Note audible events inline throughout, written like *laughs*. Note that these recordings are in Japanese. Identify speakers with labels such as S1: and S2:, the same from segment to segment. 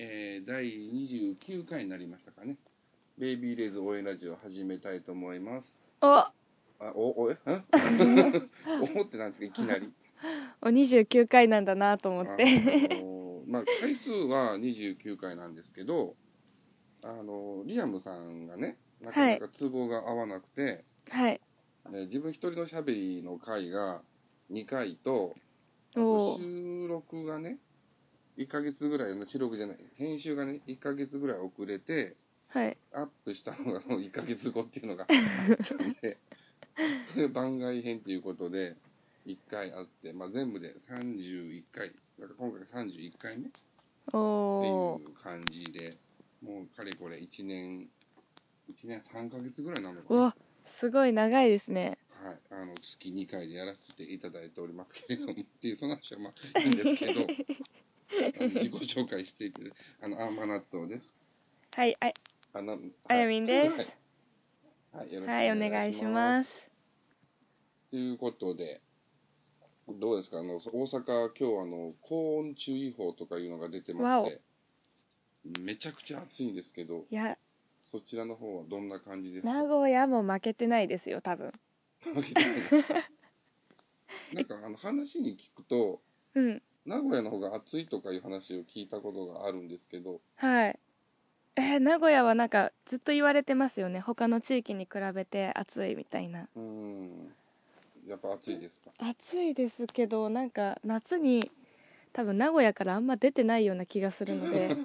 S1: 第29回になりましたかね。ベイビーレイズ応援ラジオを始めたいと思います。
S2: お、
S1: あ、お、お、えん
S2: *laughs*
S1: おってなんですか、いきなり。
S2: お29回なんだなと
S1: あ
S2: *laughs* 思
S1: の
S2: って。
S1: ーまあ、回数は29回なんですけど、あのーリアムさんがね、なかなか都合が合わなくて、
S2: はい。
S1: ね自分一人のしゃべりの回が2回と、あと
S2: おお。
S1: 収録がね、1ヶ月ぐらいの、収録じゃない、編集がね、1ヶ月ぐらい遅れて、
S2: はい。
S1: アップしたのがその1ヶ月後っていうの
S2: *laughs*
S1: があったんで、それ番外編ということで、1回あって、まあ、全部で31回、だから今回31回目って
S2: おお
S1: い。う感じで、もうかれこれ1年、1年3ヶ月ぐらいなのか
S2: う
S1: な。
S2: わ、すごい長いですね。
S1: はい、あの月2回でやらせていただいておりますけれども、っていう、その話はまあいいんですけ
S2: *laughs*
S1: ど、あの自己紹介していて、あの、アーマナットです。
S2: はい、あ、
S1: あの、。
S2: あやみんです
S1: はい、よろしく
S2: はい、お願いします。
S1: ということで、どうですか、あの大阪、今日あの高温注意報とかいうのが出てまして、めちゃくちゃ暑いんですけど、
S2: いや、
S1: そちらの方はどんな感じですか
S2: 名古屋も負けてないですよ、多分。
S1: *laughs* なんかあの話に聞くと、
S2: うん。
S1: 名古屋の方が暑いとかいう話を聞いたことがあるんですけど、
S2: はい。えー名古屋はなんかずっと言われてますよね。他の地域に比べて暑いみたいな。
S1: うーん、やっぱ暑いですか。
S2: 暑いですけど、なんか夏に多分名古屋からあんま出てないような気がするの *laughs* で。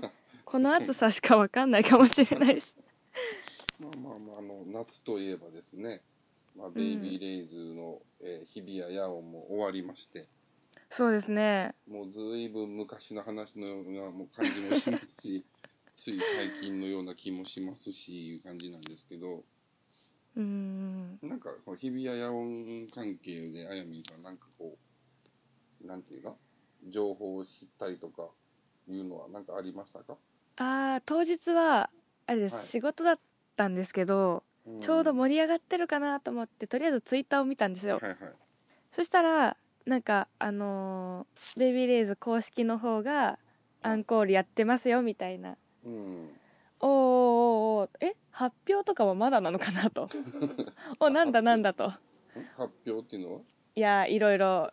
S2: この暑さしかわかんないかもしれないです。
S1: *laughs* まあまあまあ、あの夏といえばですね、まあ、ベイビーレイズの、えー日比谷野音も終わりまして、
S2: そうですね。
S1: もうずいぶん昔の話のようなもう感じもしますし、つい最近のような気もしますし、いう感じなんですけど、
S2: うーん。
S1: なんかこう日比谷野音関係で、あやみんさん、なんかこう、なんていうか、情報を知ったりとかいうのは、なんかありましたか、
S2: ああ、当日は、あれです、
S1: はい
S2: 仕事だったんですけど、ちょうど
S1: う
S2: 盛り上がってるかなと思って、とりあえずツイッターを見たんですよ。
S1: はいはい。
S2: そしたら、なんか、あのーベイビーレイズ公式の方が、アンコールやってますよ、みたいな。
S1: うん。
S2: おーおーおーえ発表とかはまだなのかな *laughs* と。お、なんだなんだと。
S1: 発表っていうのはい
S2: やー、いろいろ、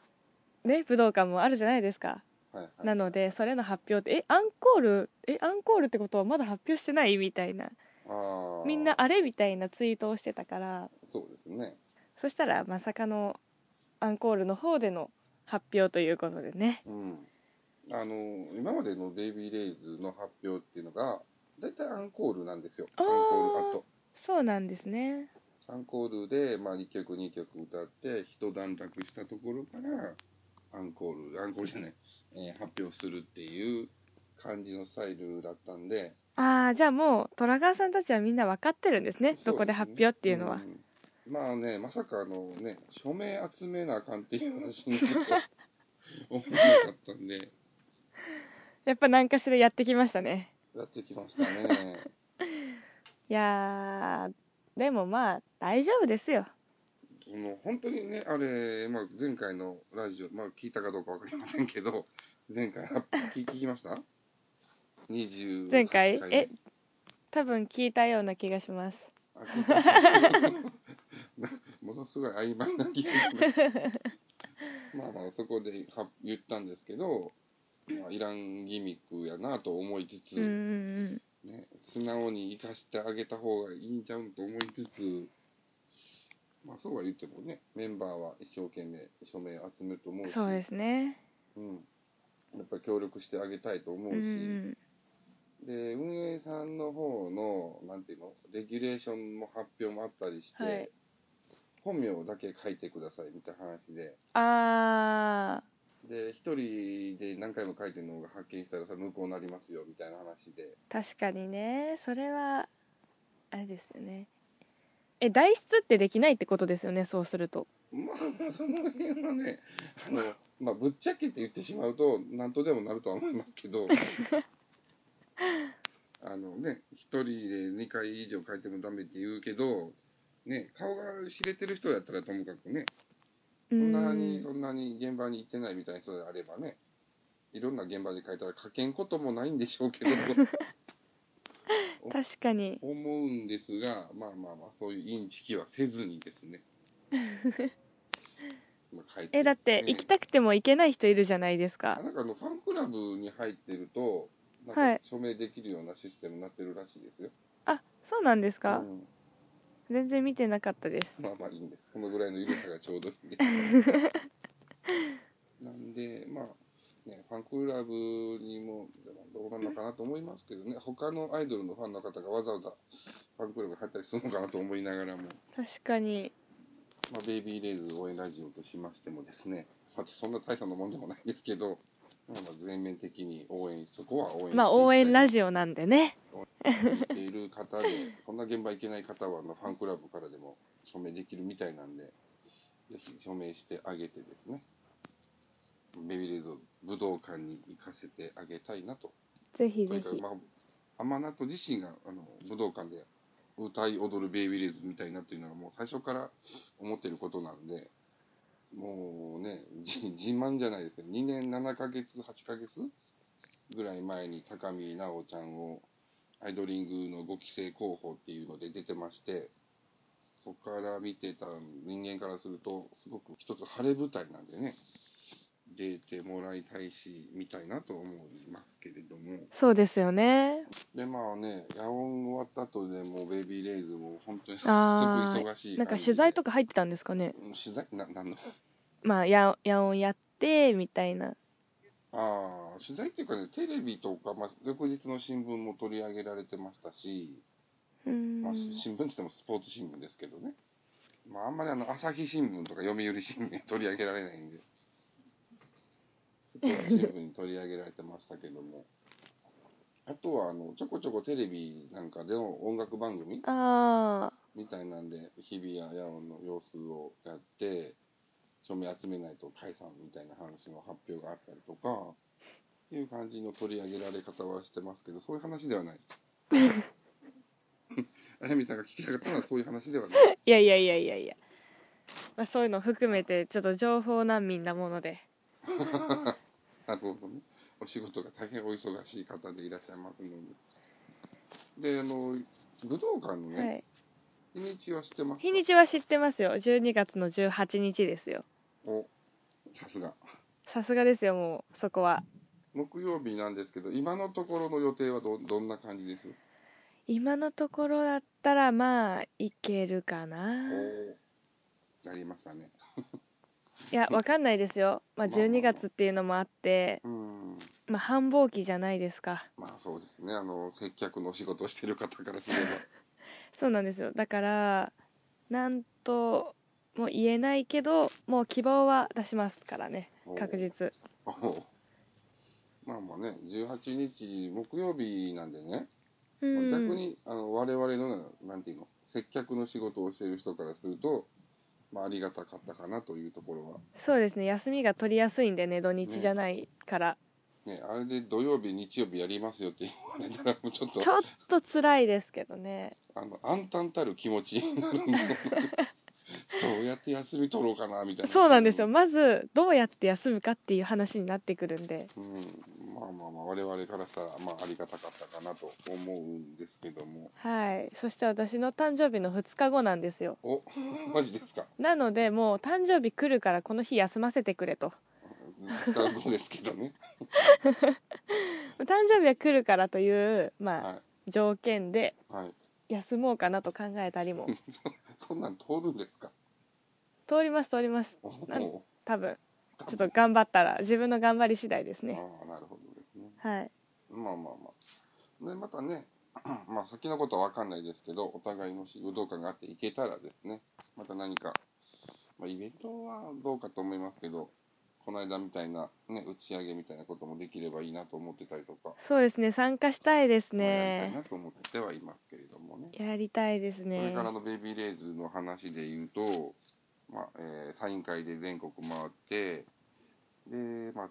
S2: ね、武道館もあるじゃないですか。
S1: はいはい。
S2: なのでそれの発表ってえアンコールえアンコールってことはまだ発表してないみたいな
S1: あー
S2: みんなあれみたいなツイートをしてたから
S1: そうですね。
S2: そしたらまさかのアンコールの方での発表ということでね
S1: うん。あの、今までのベイビーレイズの発表っていうのが、だいたいアンコールなんですよ。ア
S2: あ
S1: ン
S2: ー
S1: コール後。
S2: そうなんですね
S1: アンコールで、まあ、1曲、2曲歌って、一段落したところから、アンコール、アンコールじゃない、えー発表するっていう感じのスタイルだったんで、
S2: ああじゃあもう虎川さんたちはみんな分かってるんですねどこで発表っていうのは、
S1: そですねうんまあね、まさかあのね、署名集めなあかんっていう話になるとは思わなかったんで、
S2: やっぱ何かしらやってきましたね
S1: やってきましたね。
S2: いやーでもまあ大丈夫ですよ
S1: もう本当にね、あれ、まあ、前回のラジオ、まあ、聞いたかどうかわかりませんけど、 *laughs* 前回、あ聞聞きました28
S2: 前回
S1: 目
S2: え多分聞いたような気がします
S1: あ聞いてます *laughs* ものすごい曖昧な気がし
S2: *laughs*
S1: ます。まあまあ、そこでは言ったんですけど、まあ、いらんギミックやなと思いつつ、
S2: うんうんうん
S1: ね、素直に生かしてあげた方がいいんちゃうんと思いつつ、まあ、そうは言ってもね、メンバーは一生懸命署名集めると思うし、
S2: そうですね。
S1: うん、やっぱり協力してあげたいと思
S2: う
S1: うし、
S2: んうん、
S1: で運営さんの方のなんていうのレギュレーションも発表もあったりして、
S2: はい
S1: 本名だけ書いてくださいみたいな話で。
S2: あ
S1: で一人で何回も書いてるのが発見したらさ無効になりますよみたいな話で
S2: ー確かにねそれはあれですよねえ代筆ってできないってことですよねそうすると
S1: まあその辺はねあの、まあ、ぶっちゃけて言ってしまうと何とでもなるとは思いますけ
S2: *laughs*
S1: どあのね一人で2回以上書いてもダメって言うけど、ね、顔が知れてる人やったらともかくね
S2: う
S1: そんなに
S2: ん
S1: そんなに現場に行ってないみたいな人であればねいろんな現場で書いたら書けんこともないんでしょうけ
S2: *laughs*
S1: ど
S2: 確かに
S1: 思うんですがまあまあまあそういうインチキはせずにです
S2: *laughs*
S1: ねまあ書い
S2: えだって行きたくても行けない人いるじゃないです
S1: あ
S2: か
S1: なんかあのファンクラブに入ってると、なんか
S2: はい
S1: 署名できるようなシステムになってるらしいですよ。
S2: あそうなんですか、
S1: うん、
S2: 全然見てなかったです
S1: まあまあいいんです。そのぐらいの緩さがちょうどいいんで。
S2: *laughs*
S1: なんで、まあ、ね、ファンクラブにもどうなのかなと思いますけどね、他のアイドルのファンの方がわざわざファンクラブに入ったりするのかなと思いながらも、
S2: 確かに
S1: まあ、ベイビーレイズ応援ラジオとしましてもですね、まあ、そんな大差のもんでもないですけど、まあ、まあ全面的に応援、そこは応援していきたいな
S2: まあ応援ラジオなん
S1: *laughs*
S2: でね
S1: 聞いている方で、こんな現場行けない方は、あのファンクラブからでも署名できるみたいなんで、ぜひ署名してあげてですね、ベビーレイズを武道館に行かせてあげたいなと。
S2: ぜひ
S1: そ
S2: ぜ
S1: れから、
S2: ひ
S1: まあ、天ナと自身があの武道館で歌い踊るベイビーレイズみたいなというのが、もう最初から思っていることなんで、もうね、じ自慢じゃないですけど、2年7ヶ月、8ヶ月ぐらい前に高見直ちゃんをアイドリングの5期生候補っていうので出てまして、そこから見てた人間からすると、すごく一つ晴れ舞台なんでね、出てもらいたいし、みたいなと思いますけれども。
S2: そうですよね
S1: で、まあね、夜音終わった後でもうベイビーレイズも本当にすごく
S2: あー
S1: 忙しい
S2: なんか取材と
S1: か。
S2: か入ってたんですかね
S1: うん取材な、なんの *laughs*
S2: まあやや音やってみたいな
S1: ああ、取材っていうかね、テレビとか、まあ、翌日の新聞も取り上げられてましたし、
S2: うーん
S1: まあ、新聞って言ってもスポーツ新聞ですけどね。まあ、あんまりあの、朝日新聞とか読売新聞に取り上げられないんで、スポーツ新聞に取り上げられてましたけども。あとは、あの、ちょこちょこテレビなんかでの音楽番組
S2: あ
S1: みたいなんで、日々や野音の様子をやって、署名集めないと解散みたいな話の発表があったりとか、いう感じの取り上げられ方はしてますけど、そういう話ではない。あやみさんが聞きたかったのはそういう話ではない。
S2: *laughs* あいやいやいやいやいや、まあ、そういうの含めてちょっと情報難民なもので
S1: なるほどね。お仕事が大変お忙しい方でいらっしゃいますので。で、あの、武道館のね、
S2: はい
S1: 日にちは知ってますか
S2: 日にちは知ってますよ12月の18日ですよ
S1: お、さすが。
S2: さすがですよもうそこは
S1: 木曜日なんですけど、今のところの予定はどどんな感じです
S2: 今のところだったらまあいけるかな
S1: おなりましたね。
S2: いやわかんないですよ、まあ、
S1: まあまあまあ
S2: 12月っていうのもあって、
S1: うん。
S2: まあ、繁忙期じゃないですか
S1: まあそうですね。あの、接客のお仕事をしてる方からすれば。
S2: そうなんですよだからなんとも言えないけどもう希望は出しますからね
S1: お
S2: *laughs* 確実
S1: おうまあまあね、18日木曜日なんでね、
S2: う
S1: まあ
S2: ん
S1: 逆にあの我々の、なんていうの、接客の仕事をしてる人からすると、まあありがたかったかなというところは。
S2: そうですね休みが取りやすいんでね土日じゃないから、
S1: ね、あれで土曜日、日曜日やりますよって言われたら、もうちょっと
S2: ちょっと辛いですけどね
S1: あの暗淡たる気持ちになるんで *laughs* どうやって休み取ろうかなみたいな
S2: そうなんですよまずどうやって休むかっていう話になってくるんで
S1: うん、まあまあまあ我々からしたら、まあ、ありがたかったかなと思うんですけども
S2: はいそして私の誕生日の2日後なんですよ *laughs*
S1: おマジですか
S2: なのでもう誕生日来るからこの日休ませてくれと
S1: スタンドですけど
S2: *laughs*
S1: ね
S2: 誕生日は来るからという、まあ、
S1: は
S2: 条件で
S1: い、はい、
S2: 休もうかなと考えたりも
S1: そんなん通るんですか
S2: 通ります通ります
S1: おお
S2: なん多分
S1: ち
S2: ちょっと頑張ったら自分の頑張り次第ですね
S1: ああなるほどですね
S2: はい
S1: まあまあまあでまたね *clears throat* まあ先のことは分かんないですけどお互いもし武道館があって行けたらですねまた何か、まあ、イベントはどうかと思いますけどこの間みたいな、ね、打ち上げみたいなこともできればいいなと思ってたりとか、
S2: そうですね参加したいです
S1: まあやりたい
S2: ね
S1: なと思ってはいますけれどもね
S2: やりたいです
S1: それ
S2: ね
S1: からのベイビーレイズの話で言うと、まあえーサイン会で全国回って、でまあ、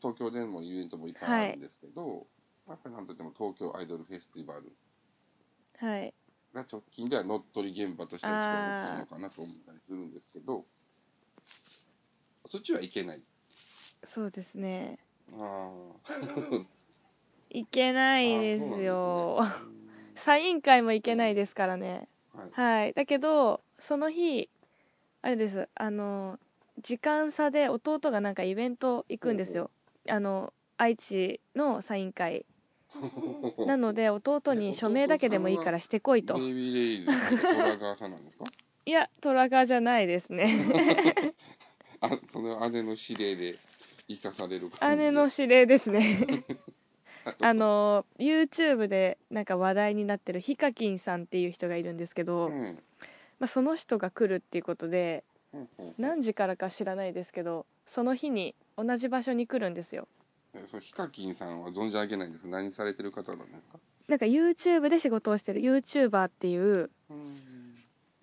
S1: 東京でもイベントもいっぱいあるんですけど、やっぱりなんといっても東京アイドルフェスティバル
S2: はい
S1: が直近では乗っ取り現場としては一番大きいのかなと思ったりするんですけど、そっちは行けない。
S2: そうですね
S1: ああ。 *laughs*
S2: いけないですよ。 *laughs* サイン会もいけないですからね。
S1: あ。そうなんですね
S2: はい。だけど、その日、あれです、あの、時間差で弟がなんかイベント行くんですよ。あの、愛知のサイン会。
S1: はい。
S2: なので、弟に署名だけでもいいからしてこいと
S1: ベ。イビーレイズのドラガーさんなんですか
S2: いや、トラガーじゃないです *laughs* ね。
S1: *laughs* あ、その姉の指令で生かされる感じで
S2: 姉の指令ですね。
S1: *laughs* あ
S2: あの、YouTube でなんか話題になってるヒカキンさんっていう人がいるんですけ
S1: う
S2: ど、
S1: ん
S2: まあ、その人が来るっていうことで、
S1: うんうん
S2: 何時からか知らないですけど、その日に同じ場所に来るんですよ。
S1: えそうヒカキンさんは存じ上げないんです何されてる方なんですか
S2: なんか YouTube で仕事をしてる YouTuber っていう
S1: うん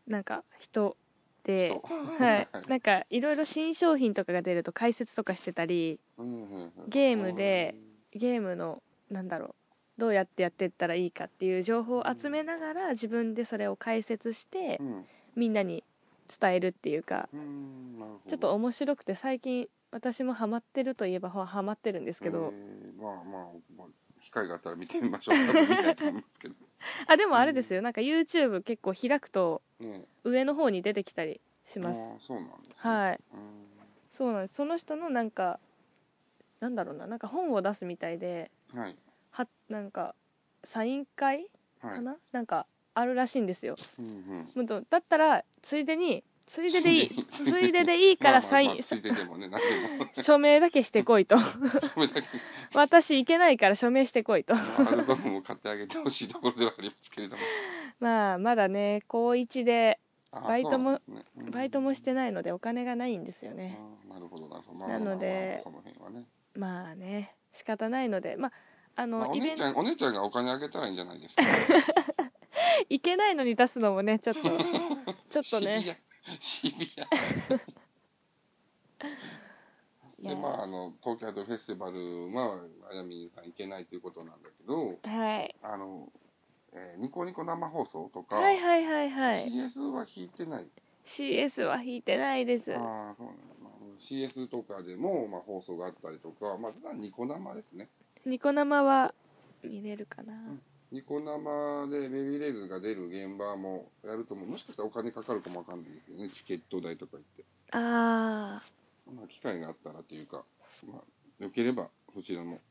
S2: なんか人で
S1: そう *laughs*
S2: はい、なんかいろいろ新商品とかが出ると解説とかしてたり
S1: うんうんうん
S2: ゲームでゲームのなんだろうどうやってやってったらいいかっていう情報を集めながら自分でそれを解説して
S1: うん
S2: みんなに伝えるっていうか
S1: うんなるほど
S2: ちょっと面白くて最近私もハマってるといえばハマってるんですけど
S1: えーまあまあ、まあ、機会があったら見てみましょう多
S2: *laughs*
S1: 分見ないと思うんですけど
S2: あでもあれですよなんか YouTube 結構開くと
S1: ね
S2: 上の方に出てきたりし
S1: え
S2: ます
S1: ああそうなんですね
S2: はい
S1: うん
S2: そうなんですその人のなんかなんだろうななんか本を出すみたいで
S1: はい
S2: はなんかサイン会
S1: はい
S2: かな、なんかあるらしいんですよ
S1: うんうん
S2: もっとだったらついでについででいいついででいい
S1: ま
S2: か
S1: あ
S2: ら
S1: まあ
S2: サイン、
S1: まあついてでもね何で
S2: *laughs*
S1: も
S2: 署名だけしてこいと
S1: それだけ
S2: 私行けないから署名してこいと
S1: まあアルバムも買ってあげてほしいところではありますけれども
S2: *laughs* まあまだね高1で
S1: あ
S2: *laughs* バイトも
S1: そうなんですねうん
S2: バイトもしてないのでお金がないんですよね
S1: あーなるほどなるほど、
S2: なので
S1: まあまあまあその辺はね
S2: まあね仕方ないのでまああ
S1: まあ
S2: の
S1: お
S2: イベ
S1: 姉
S2: ン
S1: ち
S2: ト
S1: ゃんお姉ちゃんがお金あげたらいいんじゃないですか
S2: 行けないのに出すのも
S1: *laughs*
S2: ねちょっと *laughs* ちょっとね
S1: シビアシビ
S2: *laughs* い
S1: ア
S2: や
S1: でまああの東京アートフェスティバルはあやみんさん行けないということなんだけど
S2: はい。
S1: あの、えーニコニコ生放送とか、
S2: はいはいはいはい。
S1: CS は聞いてない
S2: CS は引いてないです。
S1: ああそうなんだ、まあ、CS とかでも、まあ、放送があったりとかまあただニコ生ですね
S2: ニコ生は見れるかな。
S1: ニコ生でベビーレイズが出る現場もやると思う。もしかしたらお金かかるかもわかんないですけどね、チケット代とか言って。
S2: ああ、
S1: まあ、機会があったらというか、まあ、よければ、そちらも。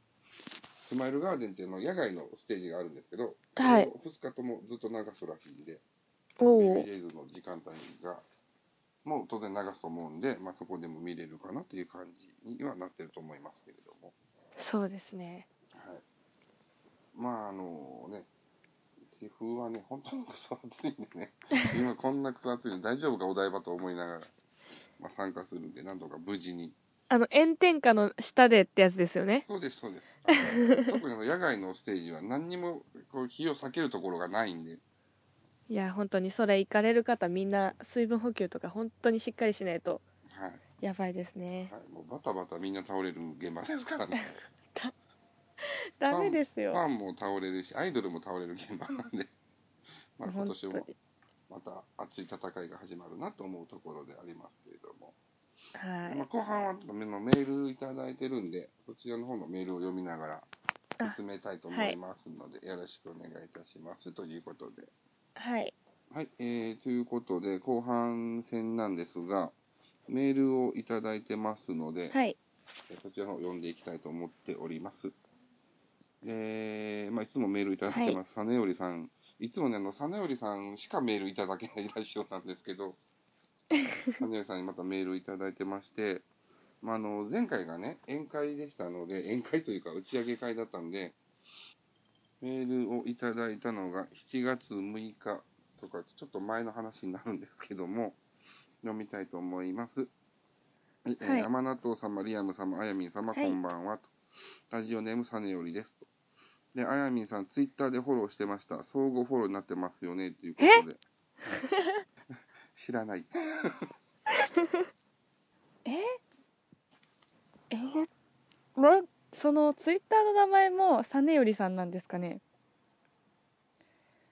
S1: スマイルガーデンっていうのは野外のステージがあるんですけど、
S2: はい
S1: 2日ともずっと流すらしいんで、ベビ
S2: お
S1: ー
S2: お。
S1: レイズの時間帯が、もう当然流すと思うんで、まあ、そこでも見れるかなという感じにはなってると思いますけれども。
S2: そうですね。
S1: はい。まああのね、岐阜はね、本当にクソ暑いんでね、 *laughs* 今こんなクソ暑いの大丈夫かお台場と思いながら、まあ、参加するんで、なんとか無事に。
S2: あの炎天下の下でってやつですよね。
S1: そうです、そうです。あ
S2: *laughs*
S1: の特にあの野外のステージは何にもこう日を避けるところがないんで、
S2: いや本当にそれ行かれる方みんな水分補給とか本当にしっかりしないと
S1: はい。
S2: やばいですね。
S1: はい、もうバタバタみんな倒れる現場ですから
S2: *laughs*
S1: ね。
S2: ダメです
S1: ファ
S2: よ。
S1: ンも倒れるし、アイドルも倒れる現場なんで、まあ今
S2: 本
S1: 年
S2: 当
S1: も
S2: に。
S1: また熱い戦いが始まるなと思うところでありますけれども。まあ
S2: は
S1: 後半はちょっとメメールいただいてるんで、そちらの方のメールを読みながら
S2: あ
S1: 進めたいと思いますので、よろしくお願いいたしますということで。
S2: い。はい。
S1: はい、えー、ということで、後半戦なんですが、メールをいただいてますので、
S2: はい。
S1: えーそちらの方を読んでいきたいと思っております。えーまあ、いつもメールいただいてます。実、ね織、さん。いつもね、あの、実織さんしかメールいただけないラジオなんですけ
S2: *laughs*
S1: ど、実織さんにまたメールいただいてまして、まあ、あの、前回がね、宴会でしたので、宴会というか打ち上げ会だったんで、メールをいただいたのが7月6日とか、ちょっと前の話になるんですけども、読みたいと思います。はいえー
S2: はい
S1: 山納豆様、リアム様、あやみん様、
S2: はい
S1: こんばんは。とラジオネーム、サネよりです。とで、あやみんさん、ツイッターでフォローしてました。相互フォローになってますよね、という *laughs* ことで。知らない。
S2: え？え？なそのツイッターの名前もサネよりさんなんですかね。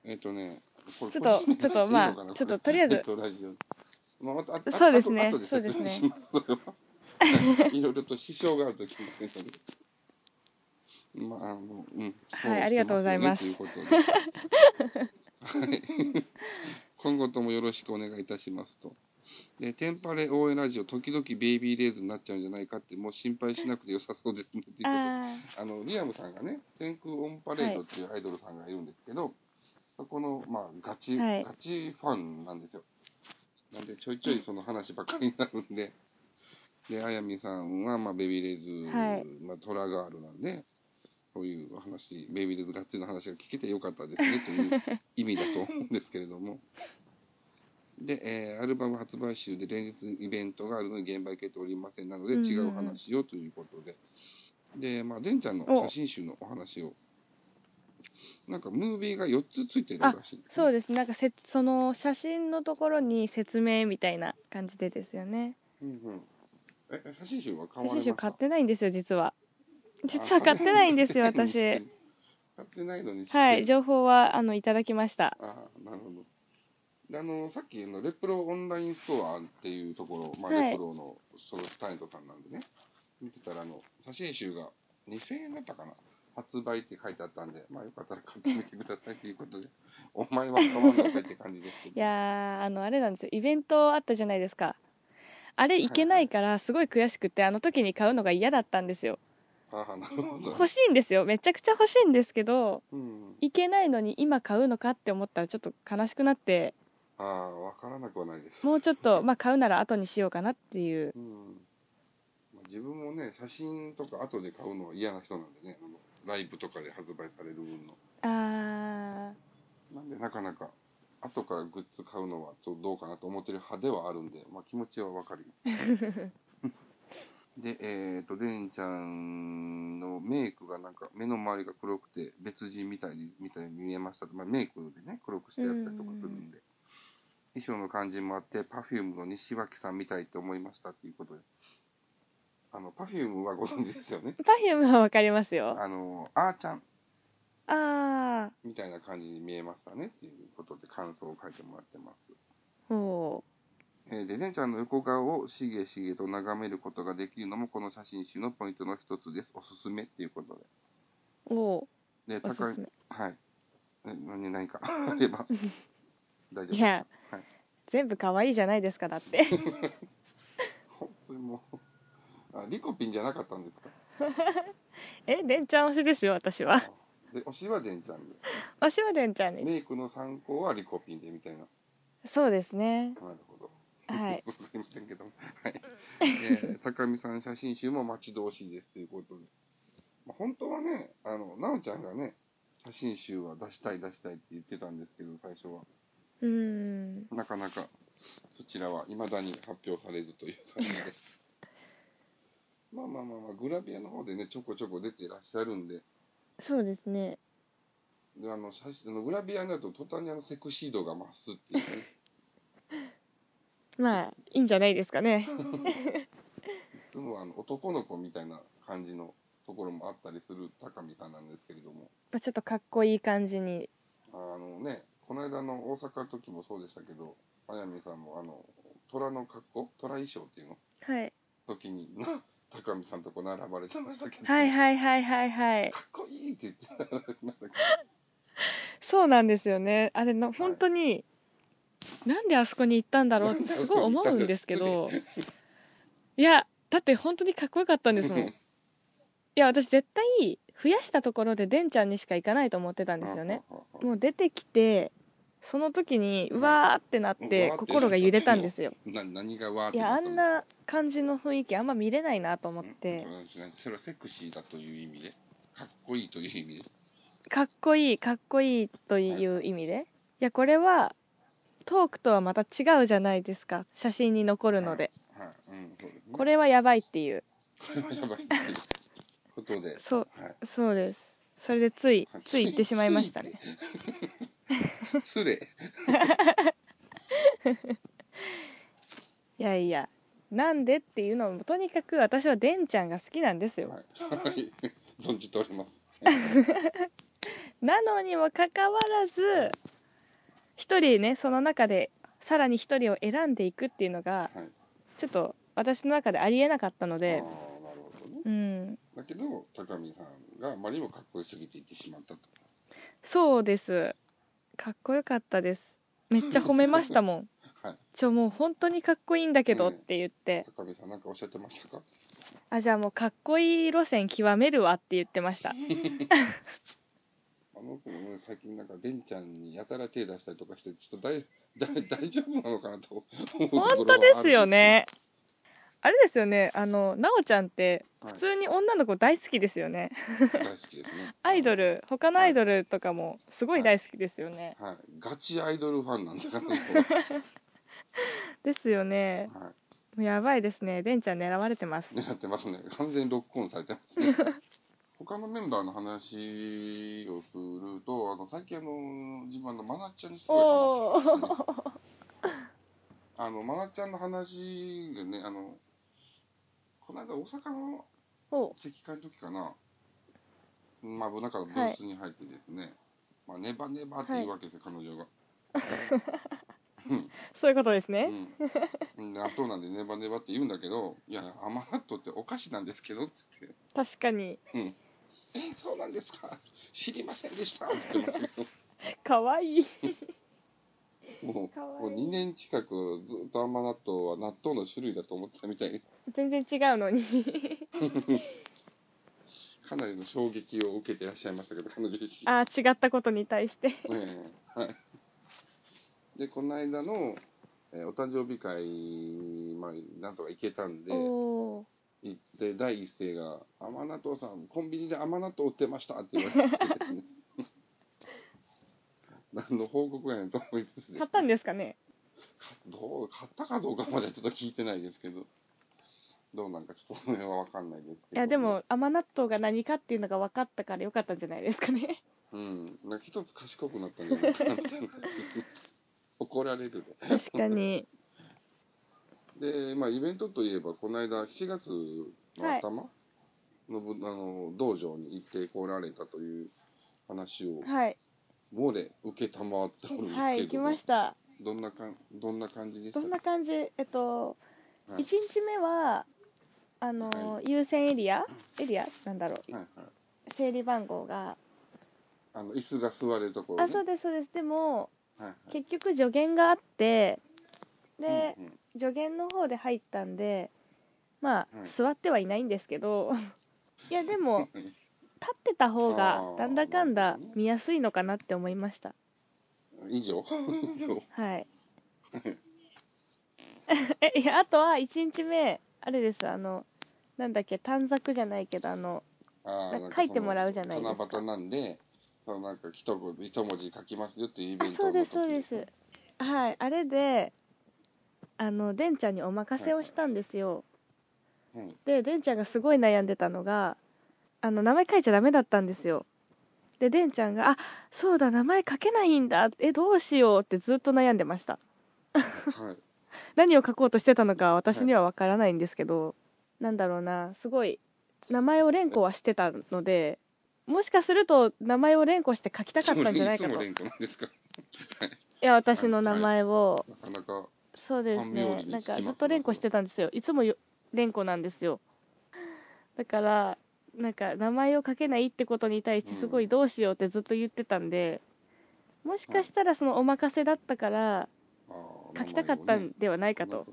S1: えっ、とね、これ
S2: ちょっと
S1: 個人名
S2: ちょっとまあ
S1: いいのかな
S2: ちょっととりあえず
S1: ネットラジオまああとあと
S2: そうですね
S1: あとあと
S2: そうですね
S1: *laughs* 説明しますそれはいろいろと支障があるときもあるのでまあ、あの、うん。
S2: はいありがとうございます
S1: そうしてよねということで。はい。 *laughs* 今後ともよろしくお願いいたしますと。で、テンパレ応援ラジオ、時々ベイビーレイズになっちゃうんじゃないかって、もう心配しなくて良さそうですねっていうことで
S2: あ
S1: あの、リアムさんがね、天空オンパレードっていうアイドルさんがいるんですけど、そこの、まあ、ガチ、
S2: はい
S1: ガチファンなんですよ。なんで、ちょいちょいその話ばっかりになるんで、で、あやみさんは、まあ、ベビーレイズ、
S2: はい
S1: まあ、トラガールなんで、そういうお話、ベビーレイズガッチの話が聞けてよかったですね、という意味だと思うんですけれども。で、えーアルバム発売集で連日イベントがあるのに現場行けておりませんなので、
S2: うんうん
S1: 違う話をということで。で、まあ、デンちゃんの写真集のお話を。なんか、ムービーが4つついてるらしいんで
S2: ー
S1: す
S2: そう
S1: ね
S2: ですなんかせその写真のところに説明みたいな感じでですよね
S1: うんうん。え、写真集は買
S2: 写
S1: われ
S2: 真
S1: ました
S2: 集買ってないんですよ実は実
S1: あ
S2: は買ってないんで
S1: *laughs*
S2: すよ
S1: 買ってないのに知っ
S2: 私
S1: てる買ってないのに知ってる
S2: はい情報はあのいただきました
S1: ああ、なるほど。であの、さっきのレプロオンラインストアっていうところ、まあ、
S2: はい
S1: レプロのそのタレントさんなんでね、見てたら、あの、写真集が2000円だったかな。発売って書いてあったんで、まあよかったら買ってみてくださいということで、お前は買わんのかいって感じですけど。
S2: いやーあのあれなんですよイベントあったじゃないですかあれ行けないからすごい悔しくてあの時に買うのが嫌だったんですよ
S1: ああ、なるほど。
S2: 欲しいんですよめちゃくちゃ欲しいんですけど
S1: うん。
S2: 行けないのに今買うのかって思ったらちょっと悲しくなって
S1: ああ、わからなくはないです。
S2: もうちょっと、まあ、買うなら後にしようかなっていう
S1: うん。まあ自分もね、写真とか後で買うのは嫌な人なんでね、あのライブとかで発売される分の。
S2: あ
S1: なんでなかなか後からグッズ買うのはちょっとどうかなと思ってる派ではあるんで、まあ、気持ちはわかるよ *laughs* でえっ、とレンちゃんのメイクがなんか目の周りが黒くて別人みたいにみたいに見えましたと、まあ、メイクでね黒くしてやったりとかするんで衣装の感じもあって Perfume の西脇さんみたいと思いましたっていうことであの Perfume はご存知ですよね *laughs*
S2: ー Perfume は分かりますよ
S1: あのあーちゃん
S2: ああ
S1: みたいな感じに見えましたねっていうことで感想を書いてもらってます
S2: ほ
S1: えーで、レンちゃんの横顔をしげしげと眺めることができるのも、この写真集のポイントの一つです。おすすめっていうこと
S2: うお
S1: で。で、
S2: ーお
S1: 高
S2: す
S1: い
S2: す、め
S1: はい。え、何、何かあれ
S2: *laughs*
S1: ば、大丈夫です
S2: いや、
S1: はい
S2: 全部可愛いじゃないですかだって
S1: *laughs* 本当にもう、あ、リコピンじゃなかったんですか
S2: えでんちゃん推しですよ私は
S1: で、推しはレンちゃんで。
S2: *laughs* 推しはでんちゃんに
S1: メイクの参考はリコピンでみたいな。
S2: そうですね
S1: なるほど。
S2: は
S1: *laughs*
S2: い
S1: わかりませんけども。はい。えー高見さん写真集も待ち遠しいですということで。まあ、本当はね、あの、なおちゃんがね、写真集は出したい出したいって言ってたんですけど、最初は。
S2: うーん
S1: なかなか、そちらは未だに発表されずという感じ
S2: *laughs*
S1: です。まあまあまあまあ、グラビアの方でね、ちょこちょこ出ていらっしゃるんで、
S2: そうですね
S1: であの写真あのグラビアになると途端にあのセクシー度が増すっていうね。
S2: まあいいんじゃないですかね
S1: でもあの男の子みたいな感じのところもあったりする高見さんなんですけれども、
S2: まあちょっとかっこいい感じに
S1: あのね、この間の大阪の時もそうでしたけど、あやみさんもあの虎の格好、虎衣装っていうの
S2: はい
S1: 時にな高見さんとこ並ばれてましたけど、
S2: はい
S1: か
S2: はいはいはいはい
S1: っこいいって言ってなんだっ
S2: そうなんですよねあれの本当に、なんであそこに行ったんだろうって *laughs* すごい思うんですけどいやだって本当にかっこよかったんですもんいや私絶対増やしたところでデンちゃんにしか行かないと思ってたん
S1: け
S2: ですよね。
S1: ああああ
S2: もう出てきてその時にうわーってなっ
S1: う
S2: て
S1: わーって
S2: 心が揺れたんですよ
S1: な何がわーっ
S2: い
S1: て
S2: や
S1: な
S2: あ
S1: ったの
S2: んな感じの雰囲気あんま見れないなと思っ
S1: うん
S2: て
S1: そうなんですねそれはセクシーだという意味で、かっこいいという意味です。
S2: かっこいいかっこいいという意味でいやこれはトークとはまた違うじゃないですか写真に残るので
S1: はい、うん、そうですね。
S2: これはやばいっていう
S1: これはやばいっていうことで、
S2: そう
S1: はい。
S2: そうですそれでついつい行ってしまいましたね
S1: つい。失礼。
S2: いやいやなんでっていうのもとにかく私はデンちゃんが好きなんですよ、
S1: はい。はい。存じております。
S2: なのにもかかわらず一人ねその中でさらに一人を選んでいくっていうのが
S1: はい。
S2: ちょっと私の中でありえなかったの
S1: ああー、な
S2: で
S1: るほどね。
S2: うん
S1: だだけど、高見さんがあまりにもかっこよすぎていってしまったと。
S2: そうですかっこよかったですめっちゃ褒めましたも
S1: *laughs*
S2: ん
S1: はい。
S2: ちょもう本当にかっこいいんだけど
S1: う
S2: っ
S1: ん
S2: て言って、
S1: 高見さんなんかおっしゃってました
S2: *laughs*
S1: か
S2: あじゃあもうかっこいい路線極めるわって言ってました
S1: あの子もね、最近なんか、でんちゃんにやたら手出したりとかして、ちょっと大、大、大丈夫なのかなと思うところはある
S2: 本当ですよ。ねあれですよねあの奈緒ちゃんって
S1: はい
S2: 普通に女の子大好きですよね
S1: 大好きですね。
S2: *laughs* アイド。ル他のアイドルとかもすごい大好きですよね、
S1: はい。ガチアイドルファンなんだから、ね、
S2: ですよね
S1: は
S2: もうやばいですねでんちゃん狙われて
S1: *laughs*
S2: ます
S1: い。狙ってますね。完全にロックオンされてますね。他のメンバーの話をすると、あの、さっきあの、自分のマナちゃんにすごいハマってたんですね。あの、マナちゃんの話でね、あの、この間大阪の
S2: お
S1: 石棺の時かな、まあ、なんかブースに入ってですね、まあ、ネバネバって言うわけですよ、彼女が。うん
S2: そういうことですね、
S1: うん、納豆なんでネバネバって言うんだけど、いや、甘納豆ってお菓子なんですけどって言って、
S2: 確かに
S1: うん、え、そうなんですか、知りませんで *laughs* したって言ってますけ
S2: かわいい
S1: ど、もう
S2: かわいい
S1: もう2年近くずっと甘納豆は納豆の種類だと思ってたみたい
S2: *laughs*
S1: で
S2: 全然違うのに
S1: *laughs* すかなりの衝撃を受けてらっしゃいましたけど、彼女自身。
S2: ああ違ったことに対して
S1: ええはい。で、この間の、えーお誕生日会、まあ、なんとか行けたんで、
S2: おお
S1: 行って、第一声が、甘納豆さん、コンビニで甘納豆売ってましたって言われてです
S2: *laughs*
S1: ね。何の報告やねんと思いつつね
S2: 買ったんですかね
S1: どう、買ったかどうかまではちょっと聞いてないですけど、どうなんかちょっとその辺はわかんないですけ
S2: い
S1: ど。
S2: やでも甘納豆が何かっていうのが分かったからよかったんじゃないです
S1: *laughs*
S2: かね
S1: うん、なんか一つ賢くなったんじゃないかなみたいな。怒られるで。
S2: 確かに
S1: で、まあ、イベントといえば、この間、7月の頭のぶ、あの道場に行ってこられたという話を、
S2: はい
S1: 漏れ、受けたまっておるんですけど、
S2: はい行きました
S1: どんなかんどんな感じでした
S2: どんな感じえっと、
S1: はい
S2: 1日目はあの、優先エリアエリアなんだろう、
S1: はいはい、
S2: 整理番号が、
S1: あの椅子が座れるところ、
S2: あ
S1: ね、
S2: そうですそうですでも
S1: はいはい、
S2: 結局助言があってで、
S1: うんうん
S2: 助言の方で入ったんでまあ、
S1: はい
S2: 座ってはいないんですけど *laughs* いやで
S1: *laughs*
S2: も立ってた方が
S1: あー
S2: なんだかん
S1: なる
S2: だ
S1: ほどね
S2: 見やすいのかなって思いました
S1: 以 *laughs* 上以上
S2: はい *laughs* えいやあとは1日目あれですあのなんだっけ短冊じゃないけどあの
S1: あー
S2: なんか
S1: なんか
S2: 書いてもらうじゃないですか
S1: その七夕なんで、そのなんか一文字一文字書きますよっていうイ
S2: あ
S1: ベン
S2: そ
S1: ト
S2: うですそうですはいあれであのでんちゃんにお任せをしたんですよ、
S1: す、
S2: *laughs*
S1: うん
S2: ででんちゃんがすごい悩んでたのがあの名前書いちゃダメだったんですよででんちゃんが「あそうだ名前書けないんだえどうしよう」ってずっと悩んでました
S1: はい、
S2: *laughs* 何を書こうとしてたのか私にはわからないんですけど、なんだろうなすごい名前を連呼はしてたのでもしかすると名前を連呼して書きたかったんじゃないか
S1: いつも
S2: とい
S1: 連呼なんですか
S2: や私の名前を、
S1: なかなか
S2: そうです
S1: 半妙
S2: ね
S1: に
S2: なん
S1: つ
S2: か
S1: き
S2: ず
S1: ま
S2: っ
S1: す
S2: と連呼してたんですよいつもよ連呼なんですよ *laughs* だからなんか名前を書けないってことに対して
S1: うん
S2: すごいどうしようってずっと言ってたんで、もしかしたらそのお任せだったから
S1: あー
S2: 書きたかったんではないかと、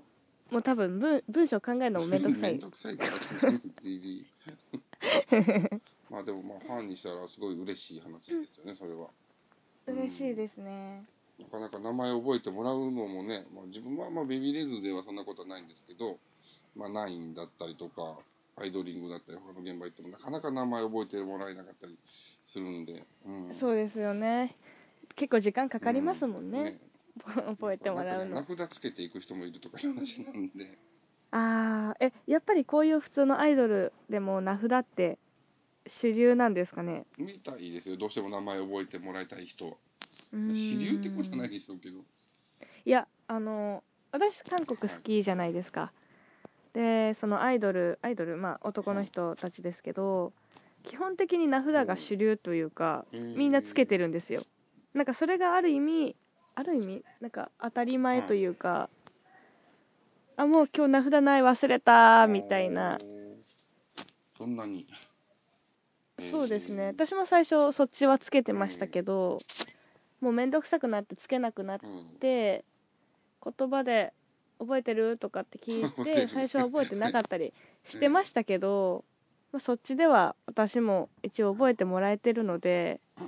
S2: もう多分文文章考えるのもめんどく
S1: *laughs*
S2: さ
S1: めん
S2: い
S1: どくさいから、DD
S2: *laughs*
S1: まあでも、まあ、ファンにしたらすごい嬉しい話ですよね、それは。
S2: 嬉しいですね
S1: なかなか名前覚えてもらうのもね、まあ、自分はまあベビーレーズではそんなことはないんですけど、まあ、ナインだったりとか、アイドリングだったり、他の現場行っても、なかなか名前覚えてもらえなかったりするんで、うん、
S2: そうですよね結構時間かかりますもん
S1: う
S2: ね,、覚えてもらうの、
S1: なんかね名札つけていく人もいるとかいう話なんで、
S2: あーえやっぱりこういう普通のアイドルでも名札って主流なんですかね
S1: みたいですよ、どうしても名前覚えてもらいたい人は。
S2: 主
S1: 主流ってことはないでしょうけど。
S2: いやあの私韓国好きじゃないですかでそのアイドルアイドルまあ男の人たちですけど基本的に名札が主流というかみ
S1: み
S2: んなつけてるんですよなんかそれがある意味ある意味なんか当たり前というか、あもう今日名札ない忘れたみたいな
S1: そんなに
S2: そうですね
S1: えー
S2: 私も最初そっちはつけてましたけど、もう面倒くさくなってつけなくなっ
S1: うん
S2: て言葉で「覚えてる?」とかって聞い
S1: *laughs* 覚えて
S2: て
S1: る
S2: 最初は覚えてなかったりしてましたけど、まあ、そっちでは私も一応覚えてもらえてるのでファ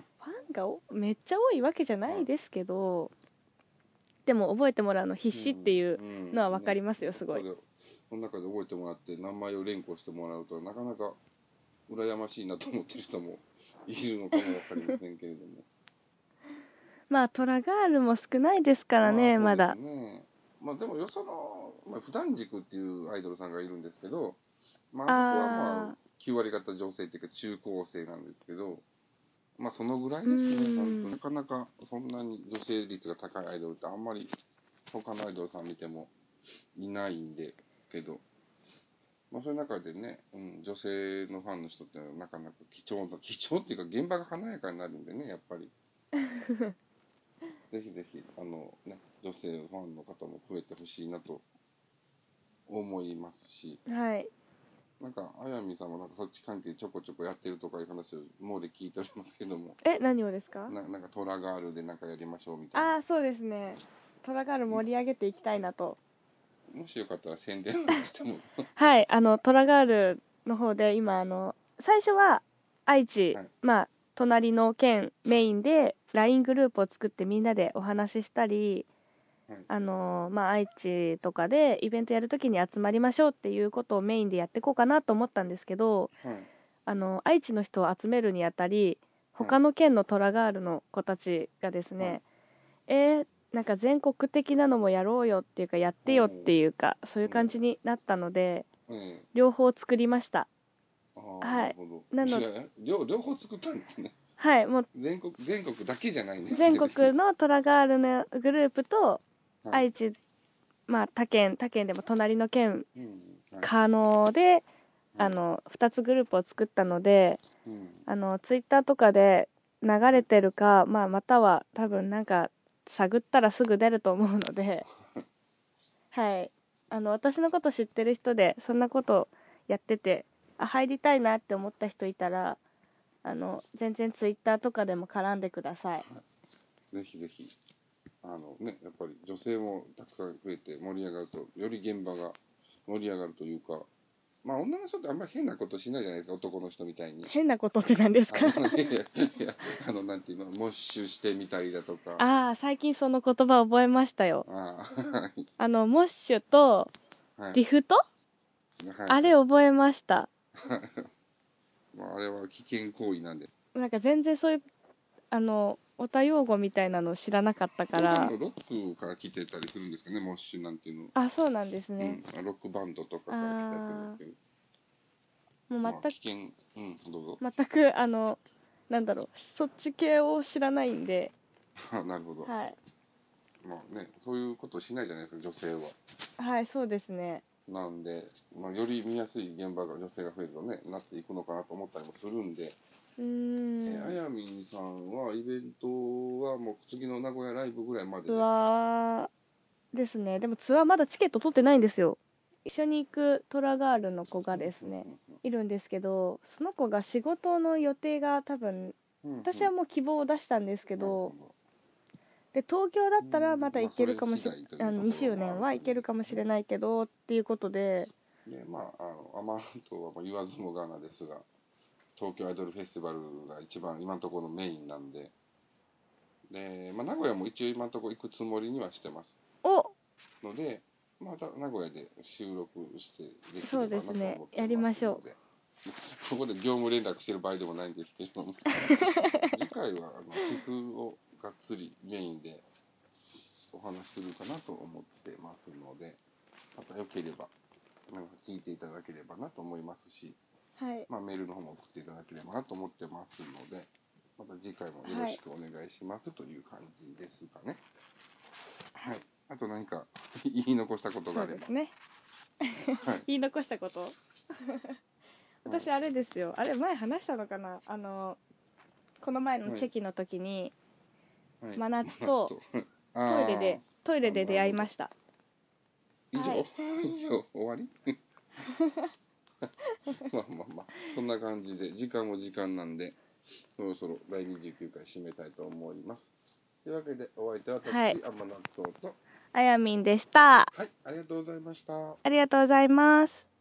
S2: ンがおめっちゃ多いわけじゃないですけどでも覚えてもらうの必死っていうのは分かり
S1: ま
S2: ますよすごい。
S1: その中で覚えてもらって名前を連呼してもらうとなかなか羨ましいなと思ってる人
S2: *laughs*
S1: もいるのかもわかりませんけれども
S2: まあトラガールも少ないですからね、ま
S1: あ
S2: だ
S1: そ。うですねまあでもよその、まあ、普段軸っていうアイドルさんがいるんですけどまああそこはまあ
S2: あ
S1: 9割方女性っていうか中高生なんですけどまあそのぐらいですね
S2: うん
S1: 本当なかなかそんなに女性率が高いアイドルってあんまり他のアイドルさん見てもいないんですけどまあそういう中でね、うん、女性のファンの人っていうのはなかなか貴重な *laughs* 貴重っていうか現場が華やかになるんでねやっ
S2: *laughs*
S1: ぱりぜひぜひあのね女性ファンの方も増えてほしいなと思いますし
S2: はい
S1: なんか、あやみさんもなんかそっち関係ちょこちょこやってるとかいう話を、もうで聞いておりますけども、
S2: え何をですか
S1: ななんかトラガールでなんかやりましょうみたいな。
S2: ああそうですねトラガール盛り上げていきたいなと
S1: もしよかったら宣伝なんかして
S2: *laughs*
S1: も。
S2: はいあのトラガールの方で今あの最初は愛知、
S1: はい
S2: まあ隣の県メインで LINE グループを作ってみんなでお話ししたり、
S1: はい
S2: あのまあ愛知とかでイベントやるときに集まりましょうっていうことをメインでやっていこうかなと思ったんですけど
S1: はい。
S2: あの愛知の人を集めるにあたり他の県のトラガールの子たちがですね、えーなんか全国的なのもやろうよっていうかやってよっていうか、そういう感じになったので
S1: ええ
S2: 両方作りました
S1: ああ、
S2: い
S1: なるほど。
S2: なの
S1: いや両両方作ったんですね。
S2: はいもう
S1: 全国、全国だけじゃないんですね。
S2: 全国のトラガールのグループと
S1: はい。
S2: 愛知、まあ他県他県でも隣の県
S1: うん。はい、
S2: 可能で
S1: うん
S2: あ、の2つグループを作ったので
S1: うん。
S2: あのツイッターとかで流れてるか、まあ、または多分なんか探ったらすぐ出ると思うのではいあの私のこと知ってる人でそんなことやっててあ入りたいなって思った人いたらあの全然ツイッターとかでも絡んでください
S1: ぜひぜひ。あのね、やっぱり女性もたくさん増えて盛り上がると、より現場が盛り上がるというか、まあ女の人ってあんまり変なことしないじゃないですか、男の人みたいに。
S2: 変なことって何ですか
S1: あのいやいやあのなんていうの、モッシュしてみたりだとか。あ
S2: ああ最近その言葉覚えましたよ
S1: あ
S2: あのモッシュと
S1: ー、はい。
S2: リフト、
S1: はい
S2: あれ。覚えました
S1: *laughs* まあ、あれは危険行為なんで。
S2: なんか全然そういうあのオタ用語みたいなの知らなかったか
S1: 普段
S2: ら
S1: のロックから来てたりするんですかね、モッシュなんていうの。
S2: あそうなんですね、
S1: うん、ロックバンドとかから来たりするんですけど。
S2: もう
S1: まあ
S2: 全
S1: 危険、うん、どうぞ。
S2: く全くあのなんだろうそっち系を知らないんで
S1: *laughs* なるほど、
S2: はい
S1: まあね、そういうことしないじゃないですか、女性は。
S2: はいそうですね
S1: なんで、まあ、より見やすい現場が女性が増えるとね、なっていくのかなと思ったりもするんで、
S2: うー
S1: え
S2: ん、
S1: ーあやみんさんはイベントはもう次の名古屋ライブぐらいまで
S2: ツアーですねでもツアーまだチケット取ってないんですよ一緒に行くトラガールの子がですねいるんですけどその子が仕事の予定が多分
S1: うんうんうん。
S2: 私はもう希望を出したんですけど、で東京だったらまだ行けるかもしれ
S1: うんまあそれ次第という
S2: あの
S1: ところ
S2: 20
S1: もある
S2: 年は行けるかもしれないけどっていうことで
S1: ね、まあ、あの、アマントはもう言わずもがなですが、東京アイドルフェスティバルが一番今のところのメインなんで、で、まあ、名古屋も一応今のところ行くつもりにはしてます
S2: お
S1: ので、また名古屋で収録してでき
S2: そう
S1: ればな
S2: ですね
S1: と思って
S2: やりましょ
S1: す
S2: う
S1: ので。 *laughs* ここで業務連絡してる場合でもないんですけ
S2: *laughs*
S1: ども、次回はあの工夫をがっつりメインでお話しするかなと思ってますので、またよければ、なんか聞いていただければなと思いますし、
S2: はい
S1: まあ、メールの方も送っていただければなと思ってますので、また次回もよろしくお願いしますという感じですかね。はい。あと何か *laughs* 言い残したことが
S2: そ
S1: あ
S2: う
S1: れば
S2: で。すね
S1: はい。
S2: *laughs* 言い残したこと私あれですよあれ前話したのかなあのこの前のチェキの時に
S1: はい
S2: 真夏と、ト
S1: 真夏と
S2: イレでトイレで出会いました
S1: *laughs* あー以上、
S2: はい
S1: 以上、終わり *laughs* まあまあまあ、そんな感じで、時間も時間なんで、そろそろ第29回締めたいと思います。というわけで、お相手は私、
S2: はい
S1: 天納豆と、
S2: あやみんでした。
S1: はい、ありがとうございました。
S2: ありがとうございます。